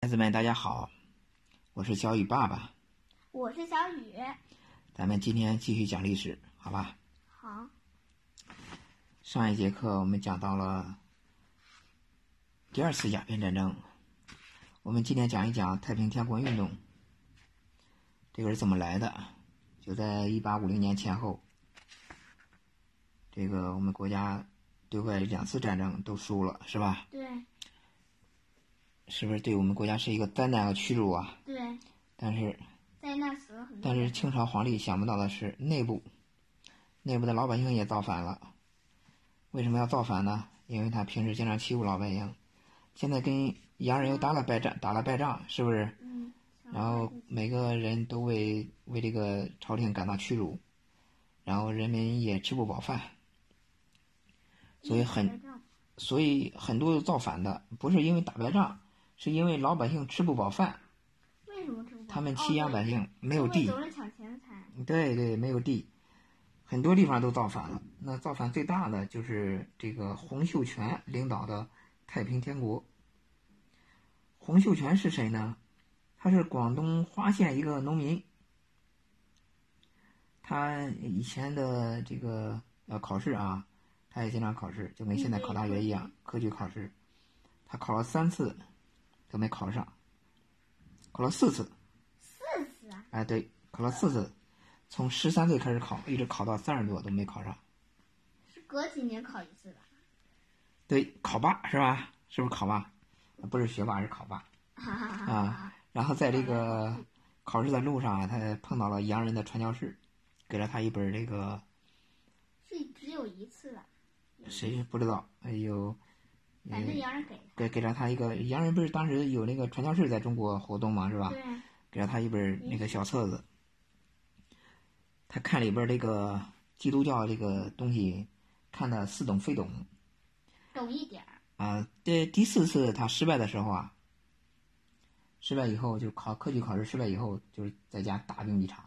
孩子们，大家好，我是小雨爸爸。我是小雨。咱们今天继续讲历史，好吧？好，上一节课我们讲到了第二次鸦片战争，我们今天讲一讲太平天国运动，这个是怎么来的？就在一八五零年前后，这个我们国家对外两次战争都输了，是吧？对是不是对我们国家是一个灾难和屈辱啊？对，但是在那死了很多但是人。清朝皇帝想不到的是，内部，内部的老百姓也造反了。为什么要造反呢？因为他平时经常欺负老百姓，现在跟洋人又打了败仗，打了败仗，是不是？嗯，想然后法挺每个人都为为这个朝廷感到屈辱，然后人民也吃不饱饭，所以很一百张所以很多造反的不是因为打败仗，是因为老百姓吃不饱饭，为什么吃不饱？他们欺压百姓，没有哦对地因为。有人抢钱财。对对，没有地，很多地方都造反了。那造反最大的就是这个洪秀全领导的太平天国。洪秀全是谁呢？他是广东花县一个农民。他以前的这个呃考试啊，他也经常考试，就跟现在考大学一样，科举考试。他考了三次，都没考上，考了四次。四次啊！哎，对，考了四次，从十三岁开始考，一直考到三十多都没考上。是隔几年考一次吧？对，考霸是吧？是不是考霸？不是学霸，是考 霸。哈哈哈啊哈！然后在这个考试的路上啊，他碰到了洋人的传教士，给了他一本这个是只有一次吧？谁不知道，哎呦，反嗯正洋人给给给了他一个洋人不是当时有那个传教士在中国活动嘛，是吧？的。对，给了他一本那个小册子，他看里边这个基督教这个东西，看的似懂非懂。懂一点儿。啊，这第四次他失败的时候啊，失败以后就考科举考试失败以后，就是在家大病一场，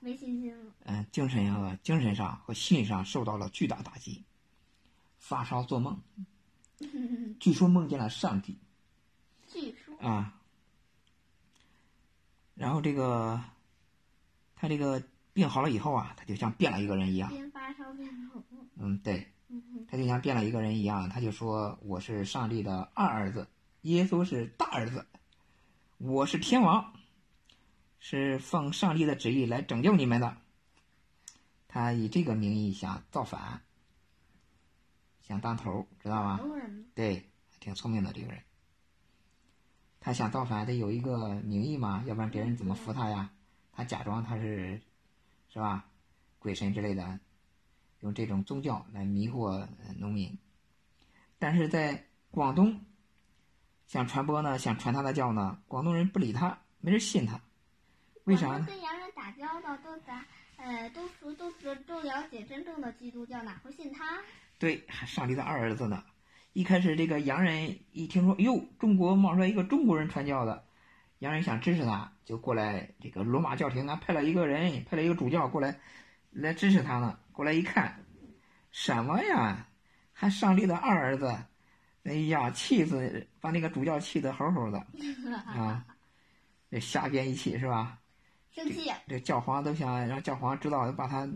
没信心了， 嗯、精神和精神上和心理上受到了巨大打击，发烧做梦，据说梦见了上帝据说啊，然后这个他这个病好了以后啊，他就像变了一个人一样，边发烧边走路。嗯，对，嗯哼，他就像变了一个人一样，他就说我是上帝的二儿子，耶稣是大儿子，我是天王，是奉上帝的旨意来拯救你们的。他以这个名义想造反，想当头，知道吗？聋人吗？对，挺聪明的这个人。他想造反得有一个名义嘛，要不然别人怎么服他呀？他假装他是，是吧？鬼神之类的，用这种宗教来迷惑呃农民。但是在广东，想传播呢，想传他的教呢，广东人不理他，没人信他。为啥我们呢？跟洋人打交道都打，呃，都熟都都都了解真正的基督教，哪会信他？ 对，还上帝的二儿子呢。一开始这个洋人一听说，哟，中国冒出来一个中国人传教的，洋人想支持他，就过来这个罗马教廷啊，派了一个人，派了一个主教过来，来支持他呢。过来一看，什么呀，还上帝的二儿子，哎呀，气死，把那个主教气得齁齁的啊，这瞎编一气是吧？生气，啊这教皇都想让教皇知道，把他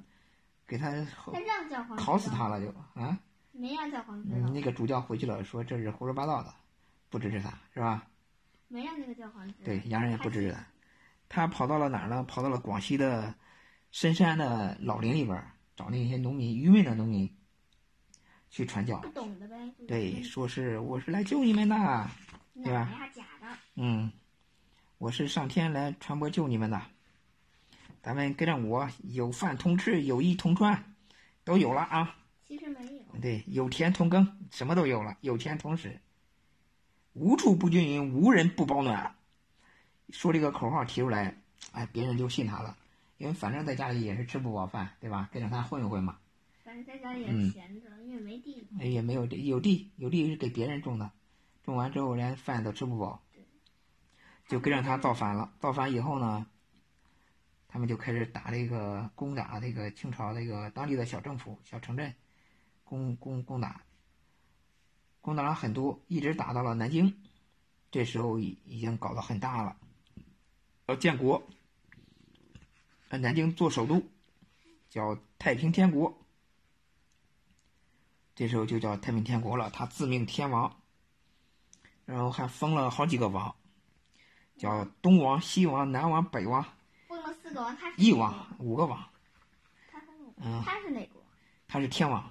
给他他让教皇知道烤死，他了就啊。没让教皇知道嗯，，那个主教回去了，说这是胡说八道的，不支持他，是吧？没让那个教皇知道。对，洋人也不支持嗯他。他跑到了哪儿呢？跑到了广西的深山的老林里边儿，找那些农民、愚昧的农民去传教不。懂的呗。就是对，说是我是来救你们的，哪呀？假的，嗯，我是上天来传播救你们的，咱们跟着我，有饭同吃，有衣同穿，都有了啊。其实没有。对，有田同耕，什么都有了，有钱同使，无处不均匀，无人不保暖。说这个口号提出来，哎，别人就信他了，因为反正在家里也是吃不饱饭，对吧？跟着他混一混嘛，反正在家里也嗯是闲着，因为没地。哎也没有地有地有地是给别人种的，种完之后连饭都吃不饱，就跟着他造反了。造反以后呢，他们就开始打这个攻打这个清朝这个当地的小政府、小城镇，攻攻攻打，攻打了很多，一直打到了南京，这时候已已经搞得很大了，要建国，呃，南京做首都，叫太平天国。这时候就叫太平天国了，他自命天王，然后还封了好几个王，叫东王、西王、南王、北王、封了四个王，他是翼哪王，五个王，国，他是哪国嗯，他是哪国？他是天王。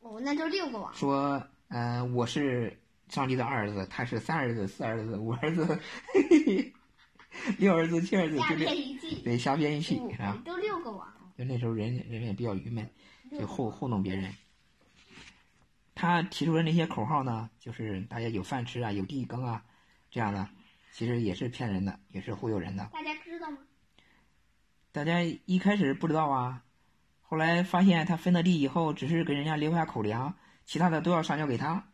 哦，那就六个王。说，呃，我是上帝的二儿子，他是三儿子、四儿子、五儿子、 六儿子、七儿子，下就面这一季对瞎编一气五啊。都六个王，就那时候人人也比较愚昧，六就个糊王糊弄别人。他提出的那些口号呢，就是大家有饭吃啊，有地耕啊，这样的，其实也是骗人的，也是忽悠人的。大家知道吗？大家一开始不知道啊，后来发现他分了地以后，只是给人家留下口粮，其他的都要上交给他。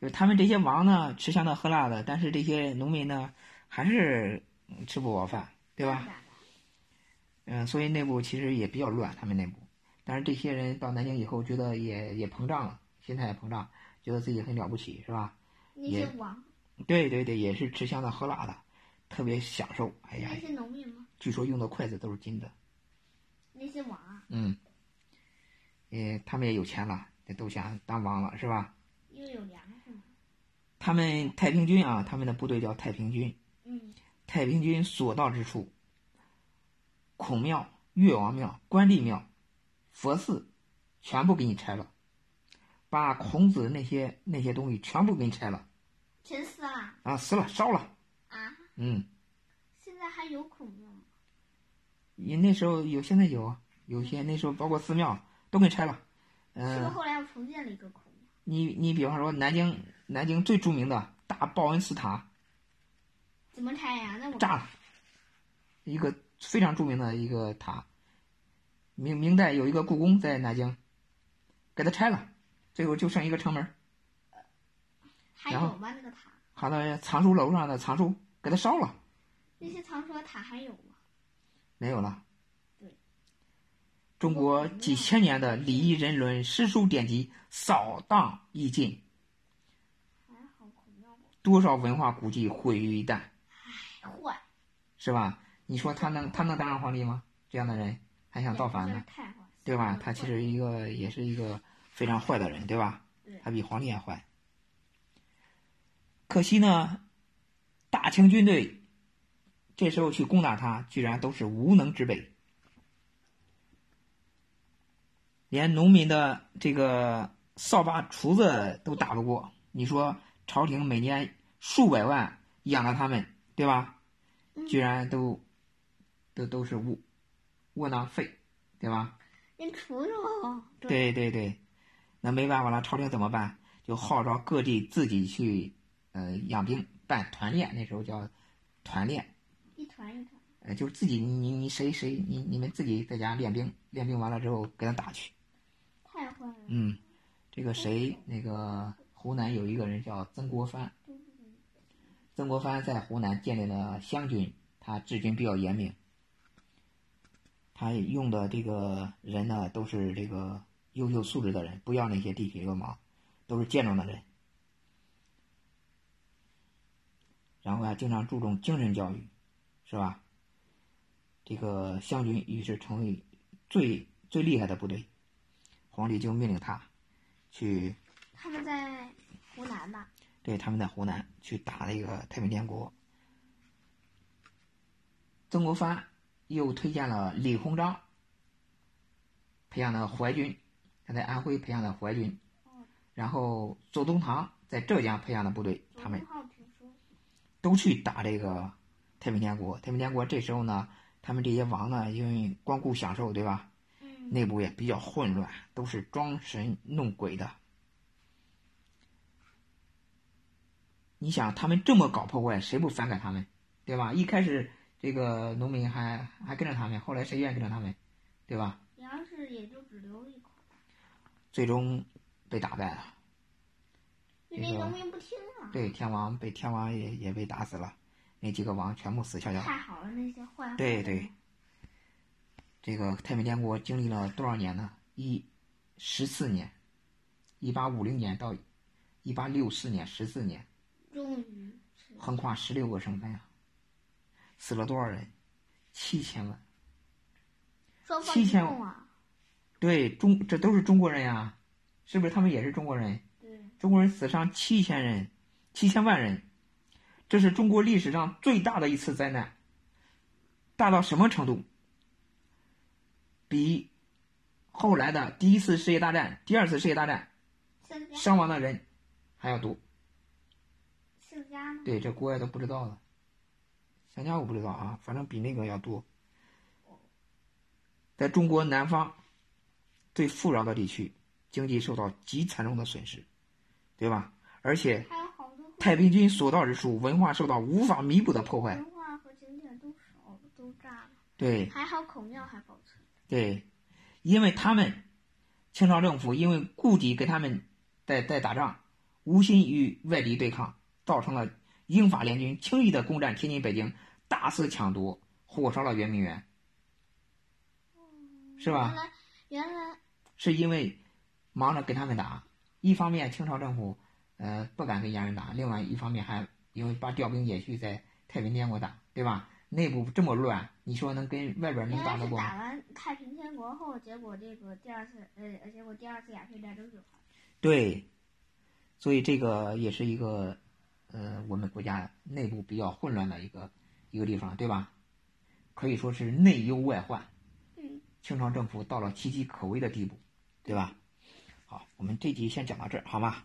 就是他们这些王呢，吃香的喝辣的，但是这些农民呢，还是嗯吃不饱饭，对吧？？嗯，所以内部其实也比较乱，他们内部。但是这些人到南京以后，觉得也也膨胀了，心态也膨胀，觉得自己很了不起，是吧？那些也王，对对对，也是吃香的喝辣的，特别享受。哎呀那，些农民吗？据说用的筷子都是金的。那些王啊，嗯，也他们也有钱了，也都想当王了，是吧？又有粮食吗？他们太平军啊，他们的部队叫太平军。嗯，太平军所到之处，孔庙、岳王庙、关帝庙、佛寺，全部给你拆了，把孔子那些那些东西全部给你拆了沉思啦啊，撕了烧了。啊！嗯，现在还有孔庙吗？你那时候有，现在有，啊有些那时候包括寺庙都给拆了。是嗯、不是后来又重建了一个孔庙？你你比方说南京南京最著名的大报恩寺塔，怎么拆呀？那我炸了，一个非常著名的一个塔。明明代有一个故宫在南京，给它拆了，最后就剩一个城门儿，还然后有吗？那个塔，好到藏书楼上的藏书给它烧了，那些藏书的塔还有吗？没有了对。中国几千年的礼仪人伦、诗书典籍扫荡殆尽，还哎好哦孔庙不多少文化古迹毁于一旦，坏，是吧？你说他能他能当上皇帝吗？这样的人还想造反真呢是？太坏了，对吧嗯？他其坏实一个也是一个非常坏的人，对吧对？他比皇帝还坏。可惜呢，大清军队这时候去攻打他，居然都是无能之辈，连农民的这个扫把、锄子都打不过。你说朝廷每年数百万养了他们，对吧？嗯居然都都都是窝窝囊废，对吧？人锄头，，对对对，那没办法了，朝廷怎么办？就号召各地自己去，呃，养兵，办团练，那时候叫团练，一团一团，呃，就是自己你你你谁谁你你们自己在家练兵，练兵完了之后给他打去。太坏了。嗯，这个谁那个湖南有一个人叫曾国藩，曾国藩在湖南建立了湘军，他治军比较严明，他用的这个人呢都是这个优秀素质的人，不要那些地痞流氓，都是健壮的人。然后还经常注重精神教育，是吧？这个湘军于是成为最最厉害的部队，皇帝就命令他去他们在湖南吧？对，他们在湖南去打那个太平天国。曾国藩又推荐了李鸿章，培养的淮军，他在安徽培养的淮军，哦然后左宗棠在浙江培养的部队，他们好像听说，都去打这个太平天国。太平天国这时候呢，他们这些王呢，因为光顾享受，对吧？嗯，内部也比较混乱，都是装神弄鬼的。你想，他们这么搞破坏，谁不反感他们，对吧？一开始这个农民还还跟着他们，后来谁愿意跟着他们，对吧？粮食也就只留一口，最终被打败了。因为那个农民不听啊。对，天王被天王也也被打死了，那几个王全部死翘翘。太好了，那些坏坏对的对，这个太平天国经历了多少年呢？一十四年，一八五零年到一八六四年，十四年，终于是横跨十六个省份呀，死了多少人？七千万。双方七千共啊，对中，这都是中国人呀，是不是？他们也是中国人。对，中国人死伤七千人，七千万人，这是中国历史上最大的一次灾难。大到什么程度？比后来的第一次世界大战、第二次世界大战现在伤亡的人还要多。姓家吗？对，这国外都不知道了。想家我不知道啊，反正比那个要多。在中国南方最富饶的地区，经济受到极惨重的损失，对吧？而且还有好多太平军所到之处，文化受到无法弥补的破坏。文化和景点都少都炸了，对还好孔庙还保存。对，因为他们清朝政府因为顾及跟他们在在打仗，无心与外敌对抗，造成了英法联军轻易的攻占天津、北京，大肆抢夺，火烧了圆明园，是吧？原来原来是因为忙着跟他们打，一方面清朝政府呃不敢跟洋人打，另外一方面还因为把调兵野绪在太平天国打，对吧？内部这么乱，你说能跟外边能原打来得是过吗？打完太平天国后，结果这个第二次呃，结果第二次鸦片战争就发生。对，所以这个也是一个，呃，我们国家内部比较混乱的一个一个地方，对吧？可以说是内忧外患。嗯，清朝政府到了岌岌可危的地步，对吧？好，我们这集先讲到这儿，好吗？